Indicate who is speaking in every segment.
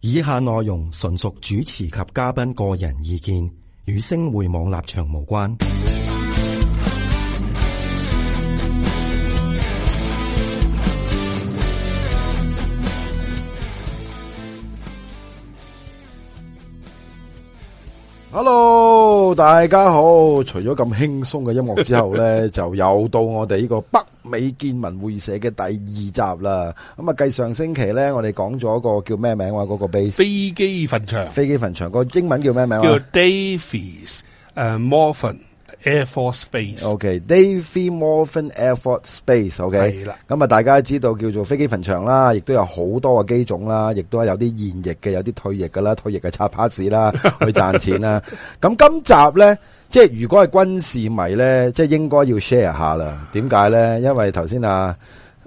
Speaker 1: 以下內容純屬主持及嘉賓個人意見，與星匯網立場無關。
Speaker 2: Hello，大家好！除咗咁輕鬆嘅音樂之後呢，就又到我哋呢個北美見聞會社嘅第二集啦。咁啊，繼上星期呢，我哋講咗個叫咩名話嗰、個 base
Speaker 3: 飛機墳場
Speaker 2: 飛機墳場個英文叫咩名
Speaker 3: 叫
Speaker 2: 話
Speaker 3: Davies 誒 Morphin Air Force Base，
Speaker 2: 哦？OK，Davy Morphin Air Force Base。OK，
Speaker 3: 係啦
Speaker 2: 咁啊，大家知道叫做飛機墳場啦，亦都有好多嘅機種啦，亦都有啲現役嘅，有啲退役嘅啦，退役嘅插巴士 啦，去賺錢啦。咁今集呢，即係如果係軍事迷呢，即係應該要 share 下啦。點解呢？因為頭先啊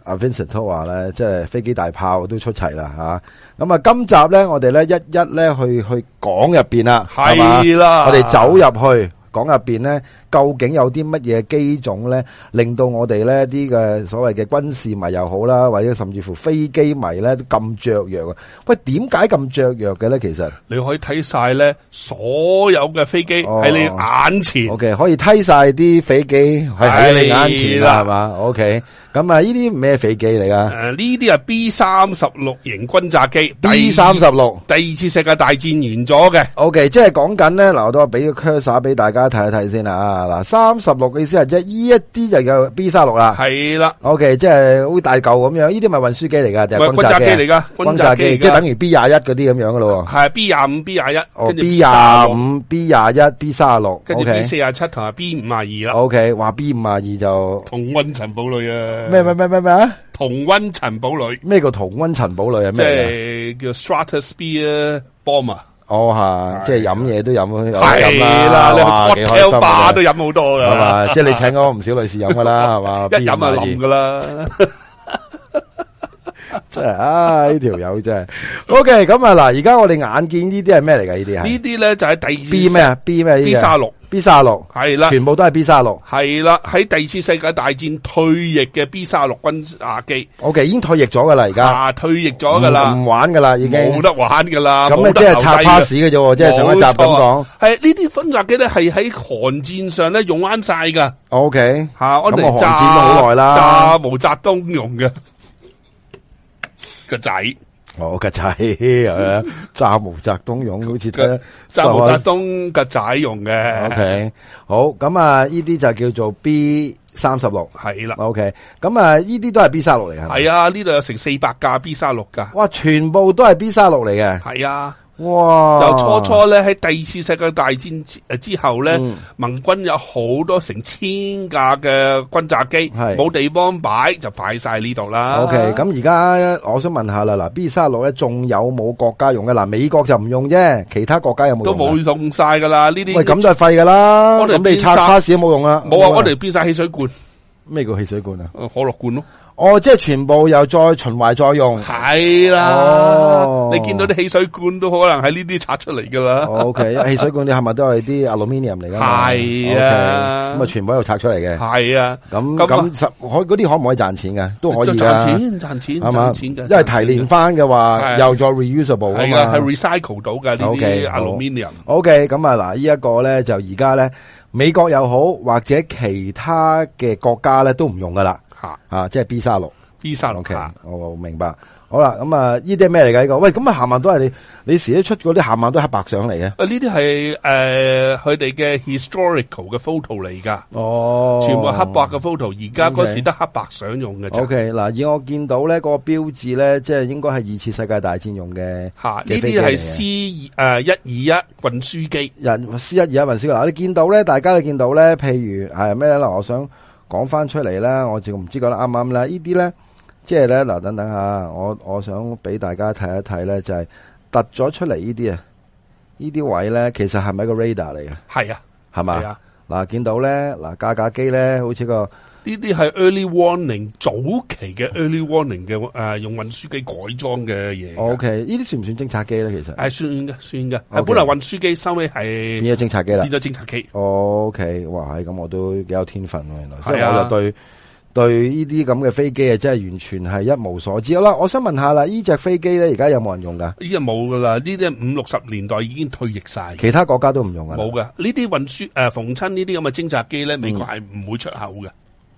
Speaker 2: 阿 Vincent 都話呢，即係飛機大炮都出齊啦吓。咁啊，今集呢，我哋呢一一呢去去講入邊啦，係嘛
Speaker 3: 係啦
Speaker 2: 我哋走入去。講入邊呢，究竟有啲乜嘢機種呢？令到我哋呢啲嘅所謂嘅軍事迷又好啦，或者甚至乎飛機迷呢，都咁雀躍啊！喂，點解咁雀躍嘅呢？其實
Speaker 3: 你可以睇晒咧所有嘅飛機
Speaker 2: 哦
Speaker 3: 喺你眼前，
Speaker 2: O、k 可以梯晒啲飛機係喺你眼前啦，
Speaker 3: 係啦
Speaker 2: 係嘛？O K，咁啊，呢啲咩飛機嚟噶
Speaker 3: 誒呃呢啲係 B 三十六型轟炸機
Speaker 2: ？B 三十六。
Speaker 3: 第二次世界大戰完咗嘅，
Speaker 2: O、k 即係講緊咧，嗱，我都俾個 cursor 俾大家睇一睇先啦。嗱，三十六嘅意思係即係呢一啲就叫 B 三六啦。
Speaker 3: 係啦，
Speaker 2: O、k 即係好大嚿咁樣，呢啲咪運輸機嚟㗎，定係
Speaker 3: 唔係
Speaker 2: 轟炸機
Speaker 3: 轟炸機嚟
Speaker 2: 㗎
Speaker 3: 㗎
Speaker 2: 轟
Speaker 3: 轟
Speaker 2: 炸
Speaker 3: 炸機
Speaker 2: 機
Speaker 3: 嚟㗎
Speaker 2: 即係等於 B 廿一嗰啲咁樣噶咯喎。
Speaker 3: 係啊 B 廿五、B 廿一，
Speaker 2: 哦
Speaker 3: 跟住
Speaker 2: ，B
Speaker 3: 36
Speaker 2: 廿五、B 廿一、B 三十六。
Speaker 3: 跟
Speaker 2: O
Speaker 3: 住 B
Speaker 2: K
Speaker 3: 四廿七同埋 B 五廿二啦，
Speaker 2: O K，話 B 五廿二就
Speaker 3: 同温陳堡女啊，
Speaker 2: 咩咩咩咩咩啊？
Speaker 3: 同温陳堡女，
Speaker 2: 咩叫同温陳堡類係
Speaker 3: 即
Speaker 2: 咩嚟㗎？
Speaker 3: 係叫 Stratosphere Bomber。
Speaker 2: 哦吓，即係飲嘢都飲，有得
Speaker 3: 系
Speaker 2: 飲
Speaker 3: 啊啦，
Speaker 2: 哇
Speaker 3: 你
Speaker 2: 哎幾
Speaker 3: 去
Speaker 2: 開心
Speaker 3: cocktail
Speaker 2: 啊
Speaker 3: 吧都飲好多
Speaker 2: 係
Speaker 3: 噶，
Speaker 2: 嘛？啊即係你請咗唔少女士飲噶 啦，係嘛？
Speaker 3: 一飲啊就
Speaker 2: 噶，
Speaker 3: 冧噶啦。
Speaker 2: 真係啊！呢條友真係。O K，咁啊嗱，而家我哋眼見呢啲係咩嚟㗎？呢啲係
Speaker 3: 呢啲咧就喺第二
Speaker 2: B 咩啊？B 咩
Speaker 3: ？B 三六
Speaker 2: ？B 三六，
Speaker 3: 係啦，
Speaker 2: 全部都係 B 三六。
Speaker 3: 係啦，喺第二次世界大戰退役嘅 B 三六軍炸機
Speaker 2: O K，已經退役咗噶啦，而家
Speaker 3: 啊，退役咗噶啦
Speaker 2: 唔，唔玩噶啦，已經。
Speaker 3: 冇得玩噶啦，
Speaker 2: 嗯咁啊，
Speaker 3: 冇
Speaker 2: 即
Speaker 3: 得
Speaker 2: 係
Speaker 3: 留
Speaker 2: 插
Speaker 3: 低㗎啊
Speaker 2: pass 嘅啫喎，即係上一集咁講。
Speaker 3: 係呢啲轟炸機咧係喺韓戰上咧用啱晒噶
Speaker 2: O K，
Speaker 3: 吓，啊我
Speaker 2: 咁
Speaker 3: 哋
Speaker 2: 我韓
Speaker 3: 炸
Speaker 2: 戰都好耐啦
Speaker 3: 炸毛澤東用嘅個仔，
Speaker 2: 我嘅哦仔係咪炸毛澤東勇，好似得
Speaker 3: 炸毛澤東個仔用
Speaker 2: O
Speaker 3: 嘅，
Speaker 2: K，好咁啊，呢啲就叫做 B 三十六。
Speaker 3: 係啦。
Speaker 2: O K，咁啊，呢啲都係 B 三六嚟嘅。係咪
Speaker 3: 系啊，呢度有成四百架 B 三六噶。
Speaker 2: 哇，全部都係 B 三六嚟嘅。
Speaker 3: 系啊，
Speaker 2: 哇，
Speaker 3: 就初初咧喺第二次世界大戰之呃之後咧，
Speaker 2: 嗯
Speaker 3: 盟軍有好多成千架嘅轟炸機，
Speaker 2: 係
Speaker 3: 冇地方擺就擺晒呢度啦。
Speaker 2: O K，咁而家我想問下啦，嗱，B 三六咧仲有冇國家用嘅？嗱，美國就唔用啫，其他國家有冇
Speaker 3: 都
Speaker 2: 用啊
Speaker 3: 冇用晒噶啦，呢啲
Speaker 2: 喂，咁就係廢噶啦。
Speaker 3: 我哋
Speaker 2: 咁你
Speaker 3: 變
Speaker 2: 拆
Speaker 3: 晒
Speaker 2: 卡士都冇用啦。
Speaker 3: 冇啊！我哋變晒汽水罐、
Speaker 2: 咩叫汽水罐啊？
Speaker 3: 呃可樂罐咯，
Speaker 2: 哦，即係全部又再循環再 用。
Speaker 3: 係
Speaker 2: 哦
Speaker 3: 啦。你見到啲汽水罐都可能喺呢啲拆出嚟噶啦。
Speaker 2: O K，汽哦水罐你係咪都係啲 aluminium 嚟噶嘛？
Speaker 3: 係啊
Speaker 2: OK，咁啊全部喺度拆出嚟嘅。
Speaker 3: 係啊，
Speaker 2: 咁
Speaker 3: 咁啊
Speaker 2: 咁實可嗰啲可唔可以賺錢嘅？都可以噶，
Speaker 3: 就賺錢賺錢
Speaker 2: 係嘛
Speaker 3: 賺？錢嘅，
Speaker 2: 因為提煉翻嘅話，
Speaker 3: 係啊
Speaker 2: 又再 reusable 啊
Speaker 3: 係啊，係
Speaker 2: 嘛。
Speaker 3: recycle 到噶呢
Speaker 2: OK，
Speaker 3: 啲
Speaker 2: 好
Speaker 3: aluminium。
Speaker 2: O K，咁啊嗱，呢一個咧就而家咧，美國又好或者其他嘅國家咧都唔用噶啦，
Speaker 3: 吓
Speaker 2: 啊，即係 B 三六。
Speaker 3: B 三六啊
Speaker 2: O K，
Speaker 3: 卡，
Speaker 2: 我明白。好啦，咁啊，呢啲係咩嚟㗎？呢個喂，咁啊，咸萬都係你，你時都出嗰啲咸萬都黑白相嚟嘅。
Speaker 3: 啊呢啲係诶佢哋嘅 historical 嘅 photo 嚟噶，
Speaker 2: 哦
Speaker 3: 全部係黑白嘅 photo。而家
Speaker 2: OK
Speaker 3: 嗰時得黑白相用嘅啫
Speaker 2: O。K，嗱，以我見到咧，嗰個標誌咧，即係應該係二次世界大戰用嘅。
Speaker 3: 吓呢
Speaker 2: 嘅飛機
Speaker 3: 啲係 C 诶一二一運輸機，
Speaker 2: 人 C 一二一運輸嗱，你見到咧，大家你見到咧，譬如係咩咧？嗱，我想講翻出嚟啦，我就唔知講得啱唔啱啦。呢啲咧，即係咧嗱，等等下，我我想俾大家睇一睇咧，就係突咗出嚟呢啲啊，呢啲位咧，其實係咪一個 radar 嚟嘅？
Speaker 3: 係啊
Speaker 2: 係
Speaker 3: 係
Speaker 2: 嘛？
Speaker 3: 啊，
Speaker 2: 嗱，見到咧，嗱架架機咧，好似個
Speaker 3: 呢啲係啊 early warning 早期嘅 early warning 嘅诶用運輸機改裝嘅嘢㗎。
Speaker 2: O K，呢啲哦算唔算偵察機咧？其實
Speaker 3: 係啊算嘅算嘅，係
Speaker 2: OK
Speaker 3: 本來運輸機收尾係
Speaker 2: 變咗偵察機啦哦
Speaker 3: 變。咗偵察機。
Speaker 2: O K，哇，係咁，我都幾有天分喎，原來，所以
Speaker 3: 係啊
Speaker 2: 我就對對呢啲咁嘅飛機啊，真係完全係一無所知。好啦，我想問下啦，呢只飛機咧，而家有冇人用噶？
Speaker 3: 依家冇噶啦，呢啲五六十年代已經退役晒，
Speaker 2: 其他國家都唔用噶啦。
Speaker 3: 冇噶。呢啲運輸诶，逢親呢啲咁嘅偵察機咧，
Speaker 2: 嗯
Speaker 3: 美國係唔會出口嘅。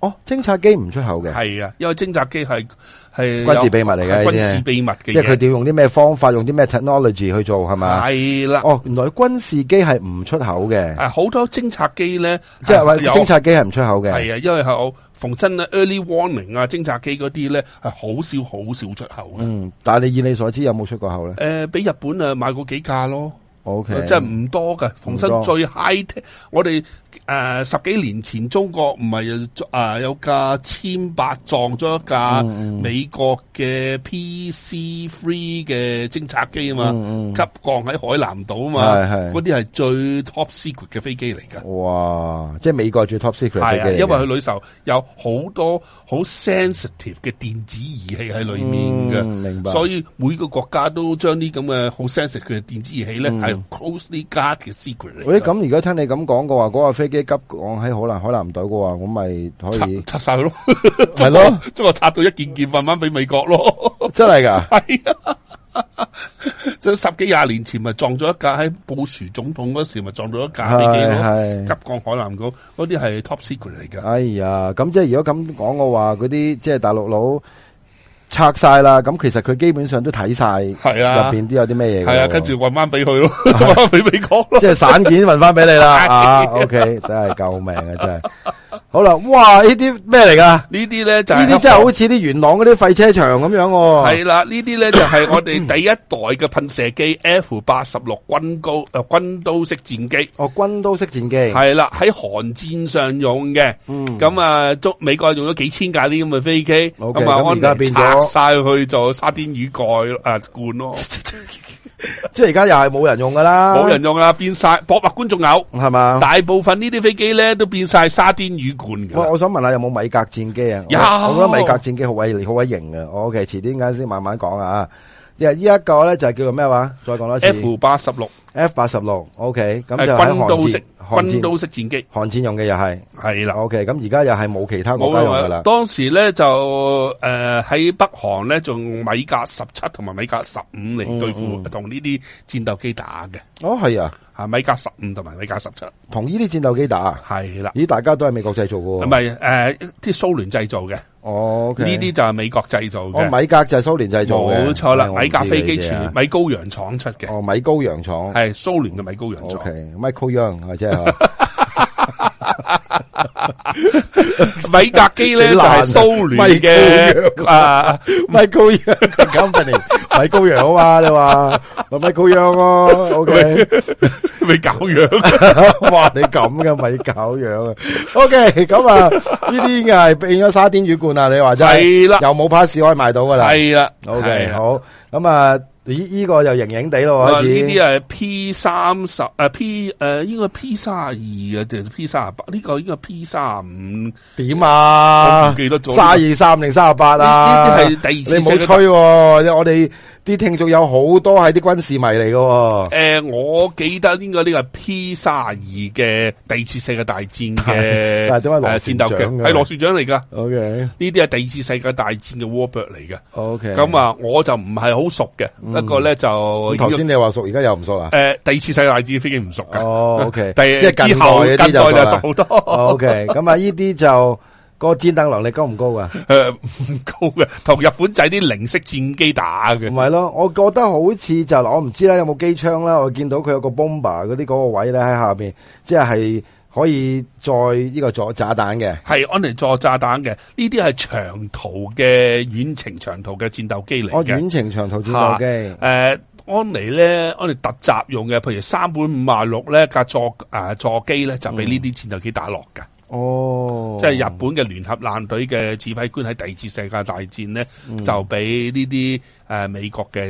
Speaker 2: 哦，偵察機唔出口嘅，
Speaker 3: 係啊，因為偵察機係系
Speaker 2: 嗯軍事秘密嚟嘅呢啲
Speaker 3: 軍事秘密嘅
Speaker 2: 即係佢
Speaker 3: 嘢。
Speaker 2: 哋用啲咩方法，用啲咩 technology 去做係嘛？
Speaker 3: 係啦，
Speaker 2: 哦，原來軍事機係唔出口嘅，
Speaker 3: 啊好多偵察機咧，
Speaker 2: 即係話
Speaker 3: 啊有
Speaker 2: 偵察機係唔出口嘅。
Speaker 3: 系啊，因為係逢親啊 early warning 啊，偵察機嗰啲咧係好少好少出口嘅。
Speaker 2: 嗯，但係你以你所知有冇出過口咧
Speaker 3: 诶、俾日本啊買過幾架咯，
Speaker 2: ？O K，
Speaker 3: 呃真係唔多嘅。逢
Speaker 2: 唔多
Speaker 3: 親最 high tech，我哋诶、誒十幾年前中國唔係啊有架千八撞咗一架
Speaker 2: 嗯
Speaker 3: 美國嘅 PC three 嘅偵察機啊嘛，急降喺海南島啊嘛，
Speaker 2: 嗯係係
Speaker 3: 嗰啲係最 top secret 嘅飛機嚟㗎。
Speaker 2: 哇！即係美國係最 top secret
Speaker 3: 係啊，
Speaker 2: 飛機嚟嘅
Speaker 3: 因為佢裏頭有好多好 sensitive 嘅電子儀器喺裏面嘅，
Speaker 2: 嗯明白
Speaker 3: 所以每個國家都將啲咁嘅好 sensitive 嘅電子儀器
Speaker 2: 嗯
Speaker 3: 咧係 closely guard 嘅 secret 嚟㗎。
Speaker 2: 喂，咁而家聽你咁講嘅話，嗰、個飛機急降喺海南海南島嘅話，我咪可以
Speaker 3: 拆拆晒佢咯，
Speaker 2: 係咯，
Speaker 3: 中國拆到一件件慢慢俾美國咯。
Speaker 2: 真係㗎。
Speaker 3: 係啊，即十幾廿年前咪撞咗一架喺布殊總統嗰時咪撞到一架飛機咯，
Speaker 2: 係
Speaker 3: 急
Speaker 2: 係
Speaker 3: 降海南島嗰啲係 top secret 嚟㗎。
Speaker 2: 哎呀，咁即係如果咁講嘅話，嗰啲即係大陸佬拆晒啦，咁其實佢基本上都睇晒入
Speaker 3: 係啊，
Speaker 2: 邊啲有啲咩嘢㗎喎。
Speaker 3: 係啊，跟住運翻 俾佢咯，運翻俾美國咯。
Speaker 2: 即係散件運翻俾你啦。
Speaker 3: 係
Speaker 2: 啊，OK，真係救命啊，真係。好啦，哇！呢啲咩嚟㗎？呢
Speaker 3: 呢啲咧就
Speaker 2: 啲真係好似啲哦元朗嗰啲廢車場咁樣喎。
Speaker 3: 系啦，呢啲咧就係我
Speaker 2: 嗯
Speaker 3: 哋第一代嘅噴射機 F 八十六軍高诶、呃、军刀式戰機，
Speaker 2: 哦，軍刀式戰機。
Speaker 3: 係啦喺韓戰上用嘅。
Speaker 2: 嗯
Speaker 3: 咁啊，中美國用咗幾千架啲咁嘅飛機，
Speaker 2: OK，
Speaker 3: 咁
Speaker 2: 咁
Speaker 3: 啊
Speaker 2: 而家
Speaker 3: 安妮
Speaker 2: 變咗
Speaker 3: 拆晒去做沙甸魚蓋诶罐咯，
Speaker 2: 即係而家又係冇人用㗎啦。
Speaker 3: 冇人用啦，變晒博物館仲有，
Speaker 2: 係嘛？
Speaker 3: 大部分呢啲飛機咧都變晒沙甸魚罐㗎
Speaker 2: 我
Speaker 3: 啦。
Speaker 2: 我想問下有冇米格戰機啊？
Speaker 3: 有
Speaker 2: 我我覺得米格戰機好鬼好鬼型嘅。我 OK，遲啲陣間先慢慢講啊。因為依一個咧就係叫做咩話？再講多次。
Speaker 3: F 八十六
Speaker 2: F 八十六，OK，咁
Speaker 3: 係
Speaker 2: 就喺
Speaker 3: 軍
Speaker 2: 韓
Speaker 3: 刀
Speaker 2: 戰
Speaker 3: 式
Speaker 2: 韓
Speaker 3: 軍
Speaker 2: 戰
Speaker 3: 刀式戰機，
Speaker 2: 韓戰用嘅又係
Speaker 3: 係啦。
Speaker 2: OK，咁而家又係冇其他國
Speaker 3: 冇
Speaker 2: 家用
Speaker 3: 啊
Speaker 2: 㗎啦。
Speaker 3: 當時咧就誒喺、北韓咧，仲用米格十七同埋米格十五嚟對付
Speaker 2: 嗯
Speaker 3: 同呢啲戰鬥機打嘅，
Speaker 2: 哦，係啊，
Speaker 3: 嚇米格十五同埋米格十七，
Speaker 2: 同呢啲戰鬥機打啊，
Speaker 3: 係啦，
Speaker 2: 咦，大家都係美國製造
Speaker 3: 唔
Speaker 2: 嘅喎。
Speaker 3: 係誒啲蘇聯製造嘅，呢
Speaker 2: 哦，OK，
Speaker 3: 啲就係美國製造
Speaker 2: 哦，
Speaker 3: 嘅，
Speaker 2: 米格就係蘇聯製造嘅
Speaker 3: 冇錯啦，
Speaker 2: 哎
Speaker 3: 米格飛機全
Speaker 2: 我唔知呢
Speaker 3: 米高揚廠出
Speaker 2: 啲
Speaker 3: 嘅，
Speaker 2: 啊哦，米高洋廠。
Speaker 3: 係蘇聯嘅米高揚
Speaker 2: O
Speaker 3: 廠，
Speaker 2: K，Michael Young 啊，即 係啊
Speaker 3: 米格機咧
Speaker 2: 幾
Speaker 3: 就
Speaker 2: 難啊
Speaker 3: 係蘇聯嘅啊
Speaker 2: Michael Young Company，米高洋啊嘛，你話咪 Michael Young 咯，O K。
Speaker 3: 咪搞樣。
Speaker 2: 哇！你咁嘅咪搞樣啊？OK，咁啊，呢啲係變咗沙甸魚罐啊！你話真係
Speaker 3: 係啦
Speaker 2: 又冇 pass 可以賣到噶啦。
Speaker 3: 係啦
Speaker 2: OK，
Speaker 3: 係啦
Speaker 2: 好咁啊，咦？呢個又型型地咯，
Speaker 3: 啊
Speaker 2: 開
Speaker 3: 呢啲
Speaker 2: 始。
Speaker 3: 係 P 三十诶 P 诶，應該 P 三二啊定 P 三八？呢個應該 P 三五。
Speaker 2: 點啊？
Speaker 3: 我唔記得咗
Speaker 2: 三二三定三十八啊？
Speaker 3: 呢啲係第二次
Speaker 2: 你唔好
Speaker 3: 世界
Speaker 2: 吹喎，我哋啲聽眾有好多係啲軍事迷嚟嘅喎。
Speaker 3: 诶、呃我記得應該呢個係 P 三二嘅第二次世界大戰 嘅
Speaker 2: 但係點解螺
Speaker 3: 诶
Speaker 2: 旋
Speaker 3: 战斗
Speaker 2: 槳嘅
Speaker 3: 嘅係螺旋槳嚟㗎。
Speaker 2: OK，OK，
Speaker 3: 呢啲係第二次世界大戰嘅 Warbird 嚟嘅。咁，啊，我就唔係好熟嘅，不過咧就
Speaker 2: 嗯咁頭先你話熟，而家又唔熟 啦。
Speaker 3: 诶、第二次世界大戰飛機唔熟㗎。
Speaker 2: 哦，OK，
Speaker 3: 第
Speaker 2: 即係
Speaker 3: 之
Speaker 2: 近代
Speaker 3: 後
Speaker 2: 嗰
Speaker 3: 近
Speaker 2: 啲就
Speaker 3: 代
Speaker 2: 熟
Speaker 3: 就熟
Speaker 2: 啦。
Speaker 3: 好多。
Speaker 2: O K，咁啊，呢啲就個戰鬥能力高唔 高啊？
Speaker 3: 诶唔呃高嘅，同日本仔啲零式戰機打嘅
Speaker 2: 唔。係咯，我覺得好似就我唔知啦，有冇機槍啦？我見到佢有個 bomber 嗰啲嗰個位咧喺下面，即係可以載呢個炸炸彈嘅。
Speaker 3: 系安妮座炸彈嘅，呢啲係長途嘅遠程長途嘅戰鬥機嚟
Speaker 2: 我
Speaker 3: 嘅。
Speaker 2: 遠程長途戰鬥
Speaker 3: 誒
Speaker 2: 機，、
Speaker 3: 安妮咧，安妮特襲用嘅，譬如三本五啊六咧架座诶、座機咧，就俾呢啲戰鬥機打落㗎。
Speaker 2: 哦，
Speaker 3: 即係日本嘅聯合艦隊嘅指揮官喺第二次世界大戰咧，
Speaker 2: 嗯
Speaker 3: 就俾呢啲诶美國嘅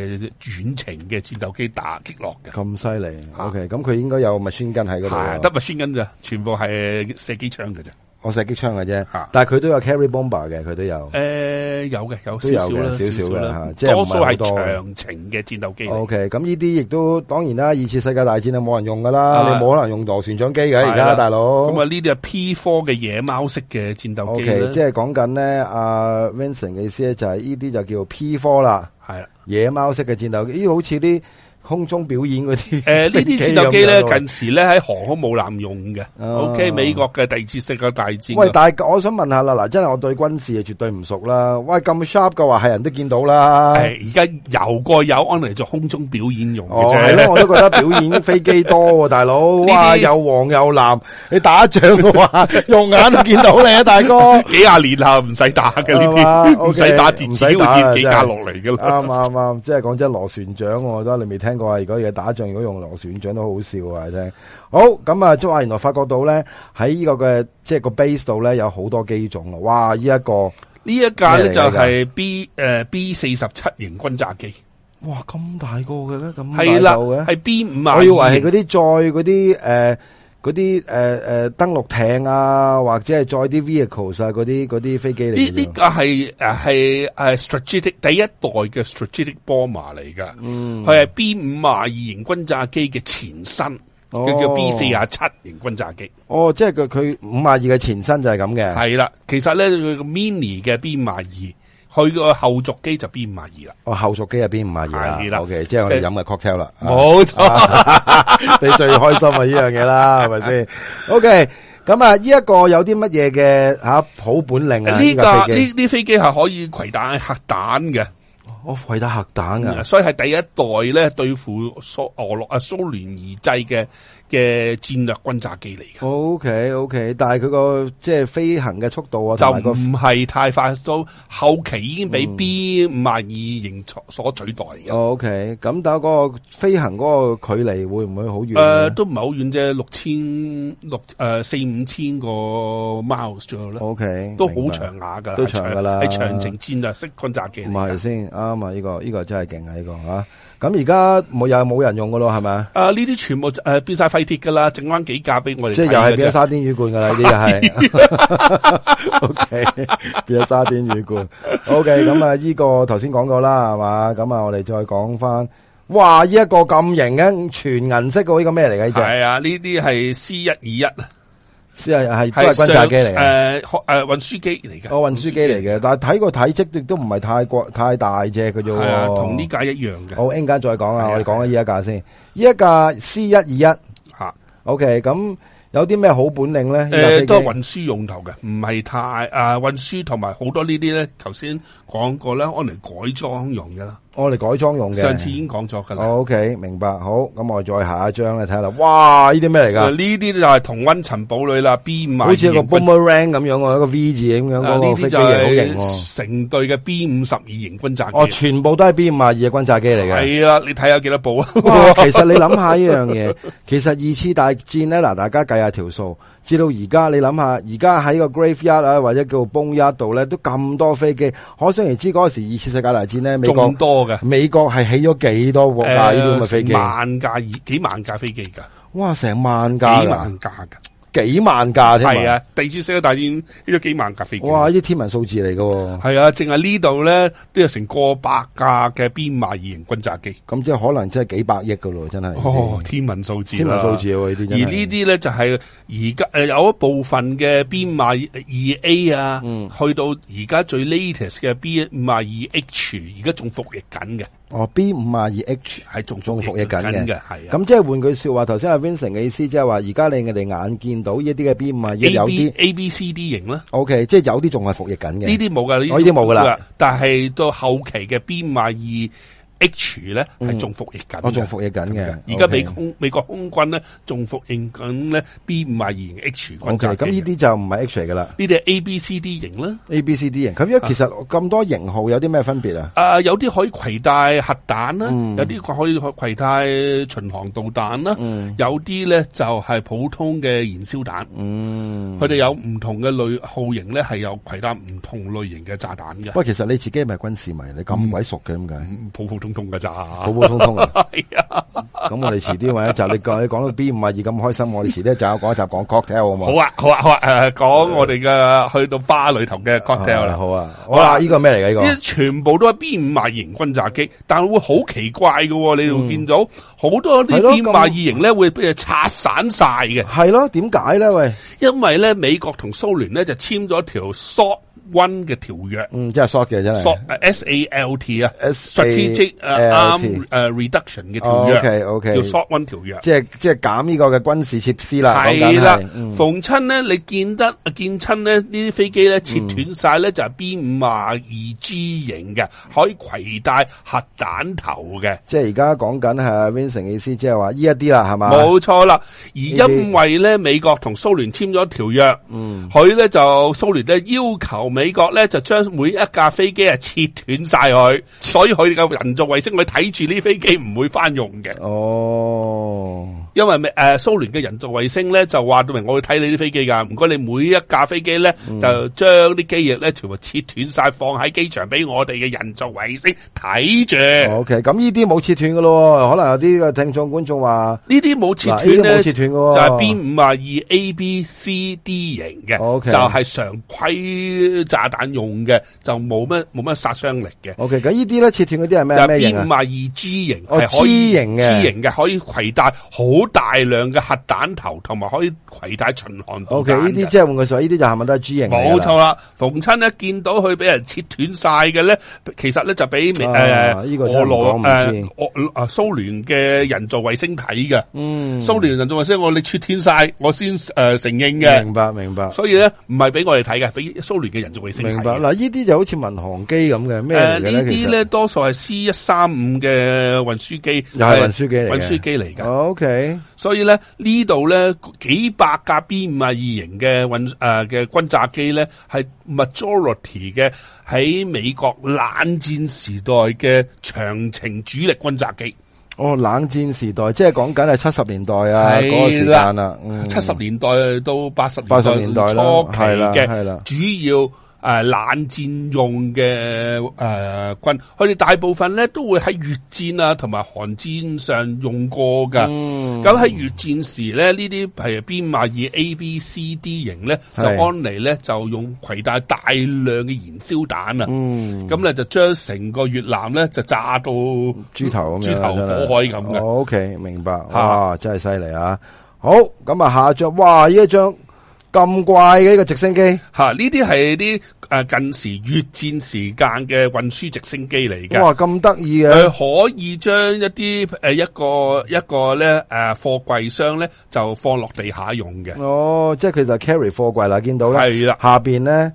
Speaker 3: 遠程嘅戰鬥機打擊落嘅。
Speaker 2: 咁犀利。
Speaker 3: 嚇
Speaker 2: O K，咁佢應該有密宣根喺嗰度
Speaker 3: 係
Speaker 2: 喎。
Speaker 3: 得咪宣緊咋，全部係射機槍嘅啫。
Speaker 2: 我射擊槍嘅啫
Speaker 3: 嚇，
Speaker 2: 但係佢都有 carry bomber 嘅，佢都有。
Speaker 3: 诶，呃有嘅，有
Speaker 2: 都
Speaker 3: 少
Speaker 2: 有
Speaker 3: 少啦，
Speaker 2: 嘅少少
Speaker 3: 少
Speaker 2: 啦
Speaker 3: 啦
Speaker 2: 嚇，即係唔係
Speaker 3: 多數
Speaker 2: 好
Speaker 3: 係
Speaker 2: 多嘅
Speaker 3: 長程嘅戰鬥機嚟
Speaker 2: O K，咁呢啲亦都當然啦，二次世界大戰啊冇人用噶啦，
Speaker 3: 啊
Speaker 2: 你冇可能用螺旋槳機嘅
Speaker 3: 係啦
Speaker 2: 而家，大佬。
Speaker 3: 咁啊，呢啲係 P 科嘅野貓式嘅戰
Speaker 2: O
Speaker 3: 鬥機
Speaker 2: K，
Speaker 3: 啦，
Speaker 2: 即係講緊咧，阿 Vincent 嘅意思咧就係呢啲就叫 P 科啦，
Speaker 3: 係啦。
Speaker 2: 野貓式嘅戰鬥機，呢好似啲空中表演嗰啲。
Speaker 3: 诶，呃呢啲戰鬥 機
Speaker 2: 飛
Speaker 3: 咧
Speaker 2: 咁樣啊
Speaker 3: 近時咧喺航空母艦用嘅。
Speaker 2: 哦
Speaker 3: O K，美國嘅第二次世界大戰啊
Speaker 2: 喂，
Speaker 3: 嘅。
Speaker 2: 但係我想問下啦，嗱，真係我對軍事啊絕對唔熟啦。喂，咁 sharp 嘅話係人都見到啦。
Speaker 3: 係而家游過有安嚟做空中表演用
Speaker 2: 哦，
Speaker 3: 嘅
Speaker 2: 係
Speaker 3: 啫。
Speaker 2: 咯，我都覺得表演飛機多喎，大佬，哇，
Speaker 3: 呢啲
Speaker 2: 又黃又藍，你打仗嘅 話，用眼都見到你啊，大哥。
Speaker 3: 幾廿年啦，唔使打嘅呢
Speaker 2: 係嘛
Speaker 3: 啲，唔
Speaker 2: OK，
Speaker 3: 使打電
Speaker 2: 唔
Speaker 3: 子
Speaker 2: 使
Speaker 3: 會
Speaker 2: 打啦
Speaker 3: 跌幾
Speaker 2: 真係
Speaker 3: 架落嚟嘅啦。
Speaker 2: 啱啱啱，即係講真，螺旋槳我覺得你未聽過啊！如果嘢打仗，如果用螺旋槳都好笑啊！真係好咁啊，即係話原來發覺到咧，喺呢個嘅即係個 base 度咧有好多機種啊！哇，呢、一個
Speaker 3: 呢一架咧
Speaker 2: 咩嚟㗎
Speaker 3: 就係 B 诶 B 四十七型轟炸機，
Speaker 2: 哇咁大個嘅咧，
Speaker 3: 係
Speaker 2: 咁
Speaker 3: 啦
Speaker 2: 大嚿嘅，，
Speaker 3: 係 B 五啊。
Speaker 2: 我以為係嗰啲載嗰啲诶嗰啲诶诶登陸艇啊，或者係載啲 vehicles 啊，嗰啲嗰啲飛機嚟
Speaker 3: 呢
Speaker 2: 嘅
Speaker 3: 呢
Speaker 2: 啫。
Speaker 3: 個係誒係誒 strategic 第一代嘅 strategic bomber 嚟㗎，
Speaker 2: 嗯
Speaker 3: 佢係 B 五啊二型轟炸機嘅前身，
Speaker 2: 哦
Speaker 3: 佢叫 B 四啊七型轟炸機，
Speaker 2: 哦，即係佢佢五廿二嘅前身就係咁嘅。
Speaker 3: 係啦。其實咧佢個 mini 嘅 B 五啊二，佢個後續機就 B 五啊二啦。
Speaker 2: 我哦後續機入邊唔係嘢
Speaker 3: 係
Speaker 2: 啦
Speaker 3: 啦
Speaker 2: 啊，OK，即係我哋
Speaker 3: 即係
Speaker 2: 飲嘅 cocktail 啦。啊
Speaker 3: 冇錯，
Speaker 2: 你最開心啊呢樣嘢啦，係咪先？OK，咁啊呢一個有啲乜嘢嘅吓好本領啊？
Speaker 3: 呢
Speaker 2: 呢
Speaker 3: 架
Speaker 2: 架
Speaker 3: 呢
Speaker 2: 飛機，啊
Speaker 3: 呢飛機係可以攜帶核彈嘅。
Speaker 2: 我哦費得核彈啊！
Speaker 3: 所以係第一代咧對付蘇俄羅啊蘇聯而制嘅嘅戰略轟炸機嚟嘅。
Speaker 2: O K O K，但係佢個即係飛行嘅速度啊，
Speaker 3: 就
Speaker 2: 同埋個嗯
Speaker 3: 唔係太快，到後期已經俾 B 五廿二型所取代嘅。誒、
Speaker 2: O K，咁哦但係嗰個飛行嗰個距離會唔會好遠啊呢
Speaker 3: 都唔係好遠啫，六千六誒四五千個 miles 左右啦，
Speaker 2: ？O K，
Speaker 3: 呃都好長下噶，
Speaker 2: 哦都長㗎啦
Speaker 3: 係長程戰略式轟炸機嚟
Speaker 2: 唔係
Speaker 3: 㗎。
Speaker 2: 先啱啊！呢個呢個真係勁啊！呢個吓，咁而家冇又係冇人用噶咯，係咪啊？
Speaker 3: 啊！呢啲全部誒、呃、變晒廢鐵㗎啦，剩翻幾架俾我哋
Speaker 2: 即
Speaker 3: 睇
Speaker 2: 係又係
Speaker 3: 嘅
Speaker 2: 變咗
Speaker 3: 啫。
Speaker 2: 沙甸魚罐噶啦，呢啲又係。O K，變咗沙甸魚罐。O K，咁啊，依個頭先講過啦，係嘛？咁啊，我哋再講翻。哇！依一個咁型嘅全銀色嘅，呢個咩嚟嘅？呢
Speaker 3: 係啊，呢啲係 C 一二一，
Speaker 2: 只係係都係軍炸機嚟嘅，
Speaker 3: 誒誒運輸機嚟嘅，
Speaker 2: 個運輸機嚟嘅。但係睇個體積亦都唔係太過太大隻嘅啫
Speaker 3: 係啊，
Speaker 2: 喎。
Speaker 3: 同呢架一樣嘅
Speaker 2: 哦好，一陣間再講啊！
Speaker 3: 係啊
Speaker 2: 我哋講緊呢一架先，呢一架 C 一二一。
Speaker 3: 嚇。
Speaker 2: O K，咁有啲咩好本領咧？呢架
Speaker 3: 诶、
Speaker 2: 飛機
Speaker 3: 呃都係運輸用途嘅，唔係太啊運輸同埋好多呢啲咧，頭先講過啦，安嚟改裝用嘅啦，
Speaker 2: 我哋改裝用嘅。
Speaker 3: 上次已經講咗噶啦。啊
Speaker 2: O、k 明白，好，咁我再下一張咧睇下啦。哇，呢啲咩嚟
Speaker 3: 誒
Speaker 2: 噶？
Speaker 3: 呢啲就係同温層堡壘啦，B 五
Speaker 2: 啊好似有個
Speaker 3: 呢
Speaker 2: boomerang 咁樣喎，一個 V 字咁樣嗰個飛
Speaker 3: 啊啲
Speaker 2: 機
Speaker 3: 就
Speaker 2: 型好型喎。
Speaker 3: 係成隊嘅 B 五十二型轟炸機
Speaker 2: 哦，，全部都係 B 五廿二嘅轟炸機嚟嘅。
Speaker 3: 係啦，你睇下幾多部啊？
Speaker 2: 哇，其實你諗下呢樣嘢，其實二次大戰咧，嗱，大家計下條數，至到而家你諗下，而家喺個 graveyard 啊，或者叫 boneyard 度咧，都咁多飛機，可想而知嗰時二次世界大戰咧，美國
Speaker 3: 仲多嘅，
Speaker 2: 美國係起咗幾多國家呢啲咁嘅飛機
Speaker 3: 誒？萬架以幾萬架飛機㗎，
Speaker 2: 哇，成萬架
Speaker 3: 幾
Speaker 2: 㗎，
Speaker 3: 萬架㗎，
Speaker 2: 幾萬架添
Speaker 3: 係啊！第二次世界大戰呢咗幾萬架飛機。
Speaker 2: 哇！呢啲天文數字嚟嘅，
Speaker 3: 系啊，净系呢度咧都有成過百架嘅 B 五二型轟炸機，
Speaker 2: 咁即係可能真係幾百億嘅咯，真係。
Speaker 3: 哦，天文數字
Speaker 2: 嗯天
Speaker 3: 啦
Speaker 2: 文數字。喎，呢啲
Speaker 3: 而
Speaker 2: 真係
Speaker 3: 呢啲咧就係而家诶有一部分嘅 B 五二 A 啊，
Speaker 2: 嗯
Speaker 3: 去到而家最 latest 嘅 B 五二 H，而家仲服役緊嘅，
Speaker 2: 哦 B 五啊二 H，
Speaker 3: 係仲
Speaker 2: 仲服役緊嘅
Speaker 3: 緊嘅，係啊。
Speaker 2: 咁即係換句说話，頭先阿 Vincent 嘅意思即係話，而家你哋眼見到呢啲嘅 B 五啊二
Speaker 3: A
Speaker 2: 有
Speaker 3: B
Speaker 2: 啲
Speaker 3: A B C D 型啦，
Speaker 2: OK，即係有啲仲係服役緊
Speaker 3: 呢
Speaker 2: 嘅。
Speaker 3: 啲冇噶，
Speaker 2: 哦呢啲冇㗎啦。
Speaker 3: 但係到後期嘅 B 五二 H 咧係仲服役緊
Speaker 2: 我嗯哦
Speaker 3: 嘅。
Speaker 2: 仲服役緊嘅。
Speaker 3: 而家美
Speaker 2: OK
Speaker 3: 空美國空軍咧，仲服役緊咧 B 五廿二型 H 軍
Speaker 2: OK，
Speaker 3: 炸機
Speaker 2: 咁呢啲就唔係 H 嚟噶啦
Speaker 3: 呢啲係 A、B、C、D 型啊啦。
Speaker 2: ，A、B、C、D 型。咁因為其實咁多型號有啲咩分別啊？
Speaker 3: 啊、有啲可以攜帶核彈啦，
Speaker 2: 嗯
Speaker 3: 有啲可以攜帶巡航導彈啦，有啲咧就係普通嘅燃燒彈。
Speaker 2: 嗯，
Speaker 3: 佢哋有唔同嘅類號型咧，係有攜帶唔同類型嘅炸彈嘅，
Speaker 2: 喂，其實你自己係咪軍事迷？你咁鬼熟嘅點解？
Speaker 3: 嗯普普通通噶咋
Speaker 2: 普。 普通通啊。
Speaker 3: 系啊，
Speaker 2: 咁我哋遲啲揾一集，你講你講到 B 五啊二咁開心，我哋遲啲一集講一集講 cocktail 好唔
Speaker 3: 好啊，好啊，好啊，诶，讲我哋嘅去到巴裏頭嘅 cocktail
Speaker 2: 啊
Speaker 3: 啦。
Speaker 2: 好啊，好啦，呢個咩嚟嘅呢
Speaker 3: 呢啲
Speaker 2: 個？
Speaker 3: 全部都係 B 五廿型轟炸機，但係會好奇怪嘅喎，你會見到好多
Speaker 2: 嗯係
Speaker 3: 啲
Speaker 2: 咯
Speaker 3: B 五廿
Speaker 2: 咁啊
Speaker 3: 二型咧會俾佢拆散晒嘅，
Speaker 2: 係咯，點解咧？喂，
Speaker 3: 因為咧美國同蘇聯咧就簽咗條 SALT One 嘅條約
Speaker 2: 嗯，真係 short 嘅真係。
Speaker 3: ，SALT 呃 SALT 啊
Speaker 2: S A
Speaker 3: ，Strategic 呃
Speaker 2: L T
Speaker 3: Arm 呃 Reduction 嘅條
Speaker 2: 哦
Speaker 3: 約，
Speaker 2: ，OK，OK，
Speaker 3: 叫 SALT One 條約。
Speaker 2: 即係即係減呢個嘅軍事設施啦，講
Speaker 3: 系
Speaker 2: 緊
Speaker 3: 啦
Speaker 2: 係，嗯
Speaker 3: 逢親咧，你見得見親咧，呢啲飛機咧切斷晒咧，就係 B 五啊二 G 型嘅，可以攜帶核彈頭嘅，
Speaker 2: 即係而家講緊係 Vincent 嘅意思，即係話呢一啲啦，係嘛？
Speaker 3: 冇錯啦。而
Speaker 2: 啊呢啲
Speaker 3: 因為咧，美國同蘇聯簽咗條約，
Speaker 2: 嗯，
Speaker 3: 佢咧就蘇聯咧要求美國咧就將每一架飛機啊切斷晒佢，所以佢哋嘅人造衛星去睇住呢啲飛機唔會翻用嘅，
Speaker 2: 哦，
Speaker 3: 因為誒、呃、蘇聯嘅人造衛星咧就話到明，我會睇你啲飛機㗎，唔該你每一架飛機咧、
Speaker 2: 嗯
Speaker 3: 就將啲機翼咧全部切斷晒，放喺機場俾我哋嘅人造衛星睇住。
Speaker 2: OK，咁呢啲冇切斷嘅咯，可能有啲嘅聽眾觀眾話，
Speaker 3: 呢啲冇切
Speaker 2: 嗱，呢
Speaker 3: 斷
Speaker 2: 啲
Speaker 3: 咧
Speaker 2: 冇切斷嘅
Speaker 3: 就
Speaker 2: 喎，
Speaker 3: 係 B 五啊二 A、B、C、D 型嘅
Speaker 2: OK
Speaker 3: 就係常規炸彈用嘅，就冇乜冇乜殺傷力嘅。
Speaker 2: OK，咁呢啲咧切斷嗰啲係
Speaker 3: 就
Speaker 2: 咩
Speaker 3: 係
Speaker 2: 咩
Speaker 3: B
Speaker 2: 型
Speaker 3: 五
Speaker 2: 啊？
Speaker 3: 啊二 G 型，
Speaker 2: 哦
Speaker 3: 係可以
Speaker 2: G 型嘅
Speaker 3: G 型嘅可以攜帶好大量嘅核彈頭，同埋可以攜帶巡航導
Speaker 2: O K，
Speaker 3: 彈
Speaker 2: 呢
Speaker 3: 嘅
Speaker 2: 啲即係換句說話，呢啲就係咪都係 G 型嚟㗎啦
Speaker 3: 冇錯啦，逢親咧見到佢俾人切斷晒嘅咧，其實咧就俾美
Speaker 2: 啊
Speaker 3: 誒
Speaker 2: 呢個真係唔講
Speaker 3: 俄羅
Speaker 2: 唔
Speaker 3: 誒
Speaker 2: 知
Speaker 3: 俄啊蘇聯嘅人造衛星睇嘅，
Speaker 2: 嗯，
Speaker 3: 蘇聯人造衛星我哋切斷晒，我先誒承認嘅，
Speaker 2: 明白明白
Speaker 3: 所以咧唔係俾我哋睇嘅，俾蘇聯嘅人造衛星睇
Speaker 2: 明白。
Speaker 3: 嘅。
Speaker 2: 嗱，呢啲就好似民航機咁嘅，咩
Speaker 3: 誒
Speaker 2: 嚟
Speaker 3: 呢
Speaker 2: 嘅咧？其
Speaker 3: 啲
Speaker 2: 實
Speaker 3: 咧多數係 C 一三五嘅運輸機，
Speaker 2: 又係運輸機嚟嘅
Speaker 3: 運輸機嚟㗎。
Speaker 2: O K，
Speaker 3: 所以咧呢度咧幾百架 B 五啊二型嘅運誒嘅轟炸機咧，係 majority 嘅喺美國冷戰時代嘅長程主力轟炸機。
Speaker 2: 哦，冷戰時代，即係講緊係七十年代啊，
Speaker 3: 係啦
Speaker 2: 嗰個時間啦，嗯
Speaker 3: 七十年代到八十
Speaker 2: 八十年代啦
Speaker 3: 初期
Speaker 2: 係啦
Speaker 3: 嘅
Speaker 2: 係啦
Speaker 3: 主要誒冷戰用嘅誒、呃、軍，佢哋大部分咧都會喺越戰啊同埋韓戰上用過㗎。
Speaker 2: 嗯
Speaker 3: 咁喺越戰時咧，呢啲譬如 B 五二 A、B、C、D 型咧，就
Speaker 2: 係
Speaker 3: 安妮咧就用攜帶大量嘅燃燒彈啊，
Speaker 2: 嗯，
Speaker 3: 咁咧、就將成個越南咧就炸到
Speaker 2: 豬頭咁樣
Speaker 3: 豬頭火海咁嘅。
Speaker 2: O K，明白。哇，真係犀利啊！好，咁啊，下一張，哇，呢一張咁怪嘅一個直升機，
Speaker 3: 吓，呢啲係啲诶近時越戰時間嘅運輸直升機嚟嘅。
Speaker 2: 哇，咁得意嘅，
Speaker 3: 佢可以將一啲诶、呃一個一個咧诶货柜箱咧就放落地下用嘅，
Speaker 2: 哦，即係佢就 carry 貨櫃啦，見到咧。
Speaker 3: 係啦
Speaker 2: 下边咧，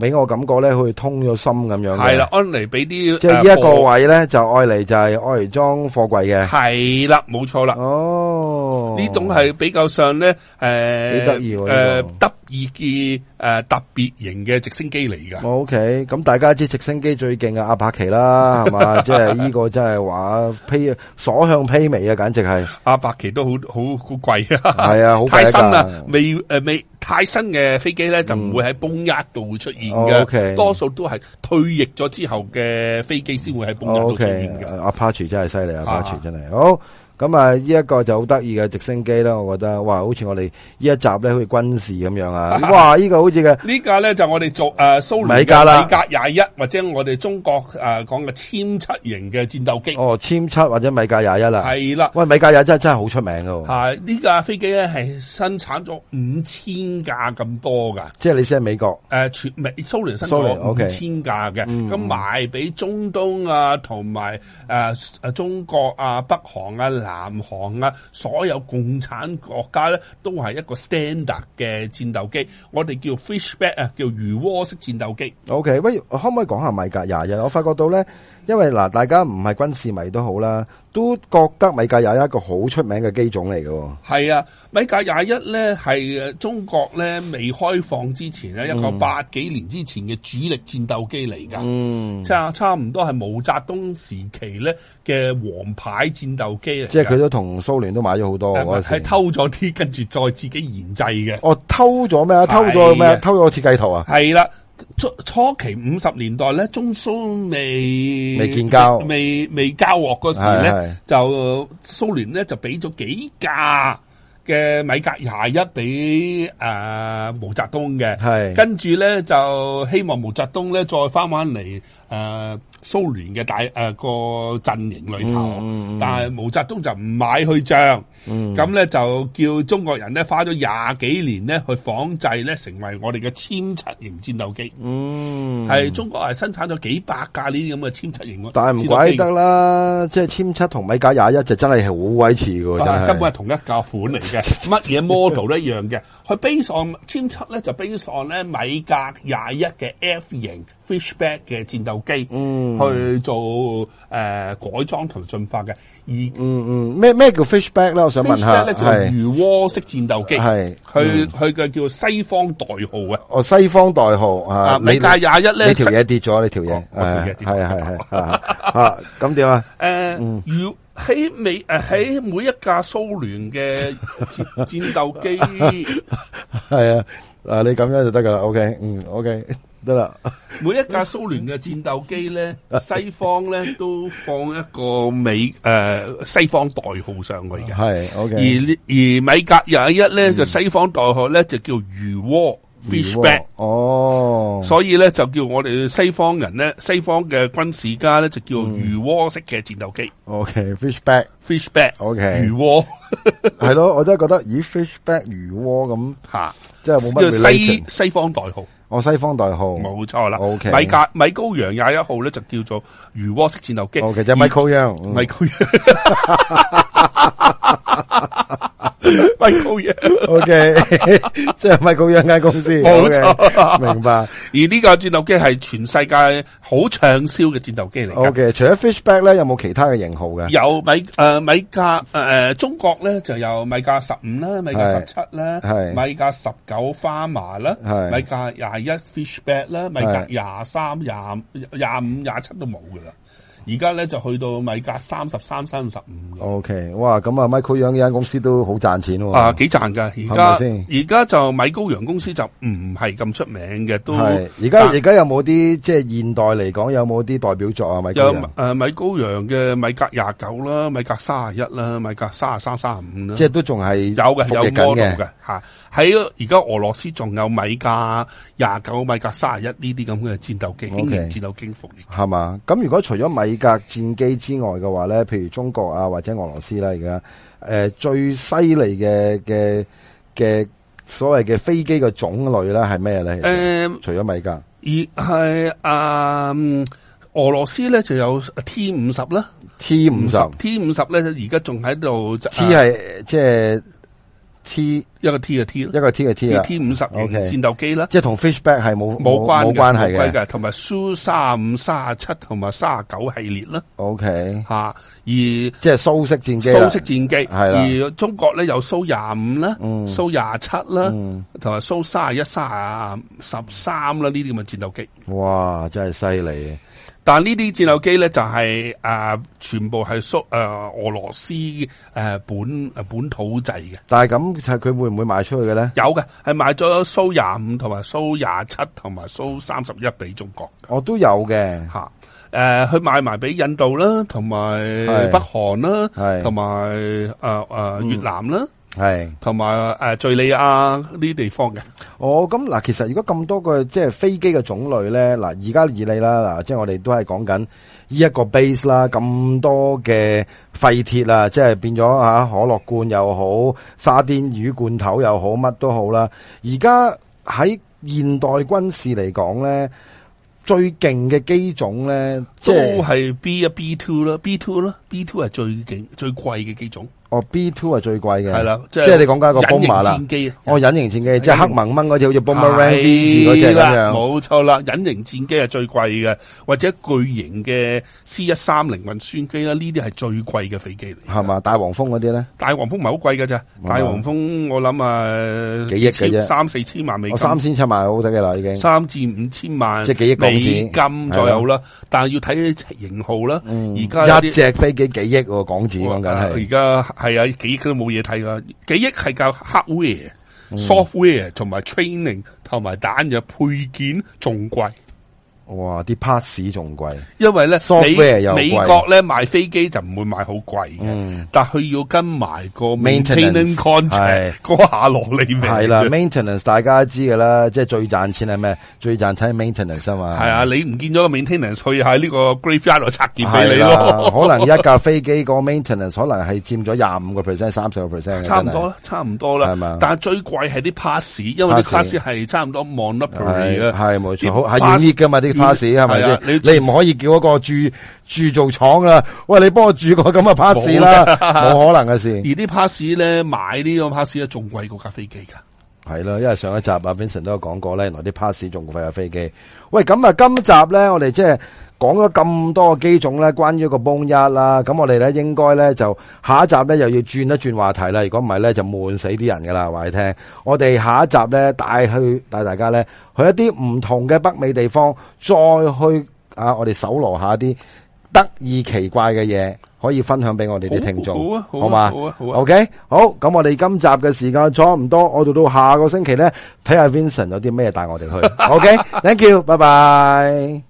Speaker 2: 俾我感覺咧，佢通咗心咁樣嘅
Speaker 3: 係啦，，安妮俾啲
Speaker 2: 即係呢一個位咧，就愛嚟就係愛嚟裝貨櫃嘅。
Speaker 3: 系啦，冇錯啦。
Speaker 2: 哦，
Speaker 3: 呢種係比較上咧，诶、
Speaker 2: 幾得意喎呢
Speaker 3: 诶
Speaker 2: 個
Speaker 3: 得意嘅诶特別型嘅直升機嚟 㗎。
Speaker 2: O K，咁哦大家知直升機最勁嘅阿帕奇 啦，係嘛？即係呢個真係話披所向披靡啊，簡直係
Speaker 3: 阿伯奇都好好好貴 啊，
Speaker 2: 係啊好貴
Speaker 3: 太新啦
Speaker 2: 㗎，
Speaker 3: 未诶未太新嘅飛機咧就唔會喺崩壓度會出現
Speaker 2: 哦
Speaker 3: 嘅，
Speaker 2: ，OK
Speaker 3: 多數都係退役咗之後嘅飛機先會喺崩壓
Speaker 2: O
Speaker 3: 度出
Speaker 2: K
Speaker 3: 現。嘅。
Speaker 2: 哦阿 Apache 真係犀利，阿
Speaker 3: 啊
Speaker 2: Apache 真係好。咁啊，呢一個就好得意嘅直升機啦，我覺得，哇，好似我哋呢一集咧，好似軍事咁樣啊， 哇，呢個好似嘅
Speaker 3: 呢架咧就我哋做诶蘇聯
Speaker 2: 米格啦
Speaker 3: 嘅米格廿一，或者我哋中國诶講嘅殲七型嘅戰鬥機，
Speaker 2: 哦，殲七或者米格廿一啦，
Speaker 3: 係啦。
Speaker 2: 喂，米格廿真真係好出名噶，
Speaker 3: 吓呢架飛機咧係生產咗五千架咁多㗎。
Speaker 2: 即係你先係美國，
Speaker 3: 誒、呃全美蘇聯生
Speaker 2: 蘇聯
Speaker 3: 咗五
Speaker 2: ，OK 嗯
Speaker 3: 千架嘅，咁賣俾中東啊，同埋誒誒中國啊、北韓啊、南韓啊，所有共產國家咧都係一個 standard 嘅戰鬥機，我哋叫 fishback 啊，叫魚窩式戰鬥機。
Speaker 2: O K，喂，可唔可以講下米格廿一？我發覺到咧，因為嗱，大家唔係軍事迷都好啦，都覺得米格廿一一個好出名嘅機種嚟嘅喎。
Speaker 3: 係啊，米格廿一咧係誒中國咧未開放之前咧，一個八幾年之前嘅主力戰鬥機嚟㗎。
Speaker 2: 嗯，
Speaker 3: 差差唔多係毛澤東時期咧嘅王牌戰鬥機嚟㗎，
Speaker 2: 即係佢都同蘇聯都買咗好多嗰陣
Speaker 3: 系
Speaker 2: 時。
Speaker 3: 偷咗啲，跟住再自己研製嘅。
Speaker 2: 哦哦，偷咗咩啊？偷咗咩
Speaker 3: 係
Speaker 2: 啊？
Speaker 3: 啊
Speaker 2: 偷咗設計圖啊？
Speaker 3: 係啦，初初期五十年代咧，中蘇未
Speaker 2: 未建交
Speaker 3: 未未交惡嗰時
Speaker 2: 係
Speaker 3: 咧
Speaker 2: 係，
Speaker 3: 就呃蘇聯咧就俾咗幾架嘅米格廿一俾誒毛澤東嘅，
Speaker 2: 係
Speaker 3: 跟住咧就希望毛澤東咧再翻返嚟誒蘇聯嘅大誒、呃個陣營裏
Speaker 2: 嗯
Speaker 3: 頭，但係毛澤東就唔買去帳。咁咧就叫中國人咧花咗廿幾年咧去仿製咧成為我哋嘅殲七型戰鬥機，
Speaker 2: 嗯，
Speaker 3: 係、中國係生產咗幾百架呢啲咁嘅殲七型喎，
Speaker 2: 但系唔
Speaker 3: 戰鬥
Speaker 2: 怪
Speaker 3: 機
Speaker 2: 得啦，即系殲七同米格廿一就真系好鬼似嘅喎，真
Speaker 3: 啊
Speaker 2: 係
Speaker 3: 根本係同一架款嚟嘅， 乜嘢 model 都一樣嘅。佢 base on 殲七咧就 base on 咧米格廿一嘅 F 型 Fishback 嘅戰鬥機，
Speaker 2: 嗯
Speaker 3: 去做誒、呃改裝同埋進化嘅。而
Speaker 2: 嗯嗯，咩咩叫 fishback 咧？我想问
Speaker 3: Fishback
Speaker 2: 下，
Speaker 3: 咧就
Speaker 2: 系
Speaker 3: 魚窩式戰鬥機，
Speaker 2: 係嗯
Speaker 3: 佢佢嘅叫西方代號啊。
Speaker 2: 哦西方代号啊，
Speaker 3: 啊，米價
Speaker 2: 你
Speaker 3: 廿一咧，
Speaker 2: 你条嘢跌咗，你条嘢
Speaker 3: 哦我條嘢
Speaker 2: 系
Speaker 3: 跌咗
Speaker 2: 系系啊，咁点啊？
Speaker 3: 誒，呃如喺美誒喺每一架蘇聯嘅戰 戰鬥機，
Speaker 2: 系啊，啊你咁样就得噶啦，OK，嗯，OK，得 啦，
Speaker 3: 每一架蘇聯嘅戰鬥 機咧，西方咧都放一個美誒西方代號上去嘅，
Speaker 2: 系
Speaker 3: 而
Speaker 2: OK。
Speaker 3: 呢而米格廿一
Speaker 2: 嗯
Speaker 3: 咧嘅西方代號咧就叫魚窩 fishback。
Speaker 2: 哦，
Speaker 3: 所以咧就叫我哋西方人咧，西方嘅軍事家咧就叫
Speaker 2: 嗯
Speaker 3: 魚窩式嘅戰鬥機
Speaker 2: OK，fishback
Speaker 3: fishback，
Speaker 2: OK
Speaker 3: 魚 窩
Speaker 2: 系咯，我真系覺得，咦，fishback 魚窩咁，
Speaker 3: 嚇。
Speaker 2: 即係啊冇乜
Speaker 3: 叫西
Speaker 2: relation。
Speaker 3: 西方代號，
Speaker 2: 我西方代號
Speaker 3: 冇錯啦。
Speaker 2: OK
Speaker 3: 米格米高揚廿一號咧就叫做魚窩式戰鬥機。
Speaker 2: ，OK，即係 Michael Young，嗯 Ừ.
Speaker 3: 米高揚，米高揚。
Speaker 2: OK，即 係 Michael Young 間公司，
Speaker 3: 冇錯
Speaker 2: OK，明白。
Speaker 3: 而呢架戰鬥機係全世界好暢銷嘅戰鬥機嚟嘅。
Speaker 2: OK，除咗 fishback 咧，有冇其他嘅型號嘅？
Speaker 3: 有米誒、呃米格誒、呃中國咧就有米格十五啦，米格
Speaker 2: 係
Speaker 3: 十七啦，
Speaker 2: 係
Speaker 3: 米格十九花麻啦，
Speaker 2: 係
Speaker 3: 米格廿一 fishback 啦，米格
Speaker 2: 係
Speaker 3: 廿三、廿廿五、廿七都冇噶啦。而家咧就去到米格三十三、三十五
Speaker 2: OK，哇，咁啊，Michael Young 呢間公司都好賺錢喎。
Speaker 3: 啊，幾賺噶！而
Speaker 2: 係咪
Speaker 3: 家
Speaker 2: 先
Speaker 3: 而家就米高揚公司就唔係咁出名嘅，都
Speaker 2: 係而家
Speaker 3: 但
Speaker 2: 而家有冇啲即係現代嚟講有冇啲代表作啊
Speaker 3: 有嗯
Speaker 2: ？Michael Young，
Speaker 3: 誒米高揚嘅米格廿九啦，米格三十一啦，米格三十三、三十五啦。
Speaker 2: 即係都仲係
Speaker 3: 有嘅，
Speaker 2: 服
Speaker 3: 有
Speaker 2: 役緊
Speaker 3: model 嘅嚇。喺而家俄羅斯仲有米價廿九、米價三十一呢啲咁嘅戰鬥機，輕
Speaker 2: OK
Speaker 3: 型戰鬥機服役。
Speaker 2: 系嘛？咁如果除咗米格戰機之外嘅話咧，譬如中國啊或者俄羅斯啦，而家诶最犀利嘅嘅嘅所謂嘅飛機嘅種類咧係咩咧？其實
Speaker 3: 誒、
Speaker 2: 除咗米格
Speaker 3: 而係啊、嗯俄羅斯咧就有 T 五十啦
Speaker 2: T 五十
Speaker 3: ，T 五十咧而家仲喺度就
Speaker 2: ，T
Speaker 3: 啊
Speaker 2: 係即係 T
Speaker 3: 一個 T 嘅 T 啦
Speaker 2: 一個 T 嘅 T
Speaker 3: ，T
Speaker 2: 啦，
Speaker 3: T 五十型
Speaker 2: OK
Speaker 3: 戰鬥機啦。
Speaker 2: 即係同 Fishback 係冇
Speaker 3: 冇關
Speaker 2: 冇
Speaker 3: 嘅，
Speaker 2: 關係
Speaker 3: 冇
Speaker 2: 嘅。
Speaker 3: 關嘅，同埋蘇三五、三七同埋三九系列啦，
Speaker 2: OK，
Speaker 3: 嚇、而
Speaker 2: 即係蘇式戰機啦
Speaker 3: 蘇式戰機，
Speaker 2: 係
Speaker 3: 而中國咧有蘇廿五啦、
Speaker 2: 嗯
Speaker 3: 蘇廿七啦，
Speaker 2: 嗯
Speaker 3: 同埋蘇三十一、三十三啦呢啲咁嘅戰鬥機。
Speaker 2: 哇，真係犀利！
Speaker 3: 但呢啲戰鬥機咧就係、啊全部係蘇誒、呃俄羅斯誒、呃本呃本土製嘅，
Speaker 2: 但係咁，佢會唔會賣出去嘅咧？
Speaker 3: 有嘅係買咗蘇廿五同埋蘇廿七同埋蘇三十一俾中國
Speaker 2: 我都有嘅，
Speaker 3: 嚇。誒，佢賣呃埋俾印度啦，同埋
Speaker 2: 係
Speaker 3: 北韓啦，
Speaker 2: 係
Speaker 3: 同埋誒
Speaker 2: 嗯
Speaker 3: 誒越南啦。
Speaker 2: 係。
Speaker 3: 同埋誒敍利亞呢啲地方嘅，
Speaker 2: 哦，咁嗱，其實如果咁多個即係飛機嘅種類咧，嗱，而家以你啦，嗱，即係我哋都係講緊呢一個 base 啦，咁多嘅廢鐵啊，即係變咗吓可樂罐又好，沙甸魚罐頭又好，乜都好啦。而家喺現代軍事嚟講咧，最勁嘅機種咧，即
Speaker 3: 都
Speaker 2: 係
Speaker 3: 係 B 一 B two 啦，B two 啦，B two 係最勁最貴嘅機種，
Speaker 2: 哦 B two 係最貴嘅，
Speaker 3: 係啦，即
Speaker 2: 即係你講緊一個
Speaker 3: 隱
Speaker 2: b
Speaker 3: 形
Speaker 2: o 啦
Speaker 3: 戰，機啊，
Speaker 2: 哦，隱形戰機，即係黑蒙蒙嗰只好似 boomerang V 字嗰
Speaker 3: 係
Speaker 2: 只咁
Speaker 3: 啦，
Speaker 2: 樣。
Speaker 3: 哎冇錯啦，隱形戰機係最貴嘅，或者巨型嘅 C 一三零運輸機啦，呢啲係最貴嘅飛機嚟。
Speaker 2: 係嘛？大黃蜂嗰啲咧，
Speaker 3: 大黃蜂唔係好貴嘅咋，
Speaker 2: 哦
Speaker 3: 大黃蜂我諗啊
Speaker 2: 幾億嘅啫
Speaker 3: 三四千萬美
Speaker 2: 我
Speaker 3: 金，
Speaker 2: 三千七萬好得嘅啦，已經。
Speaker 3: 三至五千萬
Speaker 2: 即係幾億港
Speaker 3: 美
Speaker 2: 紙
Speaker 3: 金左右啦，但係要睇型號啦，而家有
Speaker 2: 嗯一
Speaker 3: 啲。
Speaker 2: 隻飛機幾億喎，港紙講緊
Speaker 3: 而
Speaker 2: 係。
Speaker 3: 啊家係啊，幾億都冇嘢睇噶，幾億係教黑 w a
Speaker 2: 嗯
Speaker 3: software 同埋 training 同埋彈藥配件仲貴。哎
Speaker 2: 哇！啲 parts 仲貴，
Speaker 3: 因為咧
Speaker 2: Software 又貴嗯
Speaker 3: 美美國咧賣飛機就唔會賣好貴嘅，但佢要跟埋個
Speaker 2: Maintenance，
Speaker 3: maintenance
Speaker 2: 係
Speaker 3: contract 嗰下落嚟味
Speaker 2: 係啦，maintenance 大家知噶啦，即係最賺錢係咩？最賺錢係 maintenance 啊嘛。
Speaker 3: 系啊，你唔見咗個 maintenance 去喺呢個 graveyard 度拆件俾
Speaker 2: 係
Speaker 3: 你
Speaker 2: 啦
Speaker 3: 咯，
Speaker 2: 可能一架飛機個 maintenance 可能係佔咗廿五個 percent、三十個 percent，
Speaker 3: 差唔多。啦，差唔多
Speaker 2: 係嘛
Speaker 3: 啦。但係最貴係啲 pass，因為啲
Speaker 2: pass
Speaker 3: pass 係差唔多 monopoly
Speaker 2: 係
Speaker 3: 嘅，
Speaker 2: 係冇錯，
Speaker 3: 啲
Speaker 2: 好係
Speaker 3: pass-
Speaker 2: unique 噶嘛啲 pass 係咪
Speaker 3: 係啊
Speaker 2: 先？
Speaker 3: 你
Speaker 2: 你唔可以叫嗰個鑄鑄造廠啦，喂你幫我鑄個咁嘅 pass 啦，冇可能嘅事
Speaker 3: 而。啲 pass 咧買呢個 pass 咧仲貴過架飛機㗎。
Speaker 2: 係啦，因為上一集阿 Vincent 都有講過咧，原來啲 pass 仲貴過飛機。喂，咁啊，今集咧我哋即係講咗咁多機種咧，關於個 Bone 一啦，咁我哋咧應該咧就下一集咧又要轉一轉話題啦。如果唔係咧就悶死啲人噶啦，話你聽。我哋下一集咧帶去帶大家咧去一啲唔同嘅北美地方，再去啊我哋搜羅下啲得意奇怪嘅嘢，可以分享俾我哋啲聽眾。
Speaker 3: 好啊好啊
Speaker 2: 好嘛？
Speaker 3: 好啊好啊
Speaker 2: OK，好，咁我哋今集嘅時間差唔多，我哋到下個星期咧，睇下 Vincent 有啲咩帶我哋 去。OK，thank you，拜拜。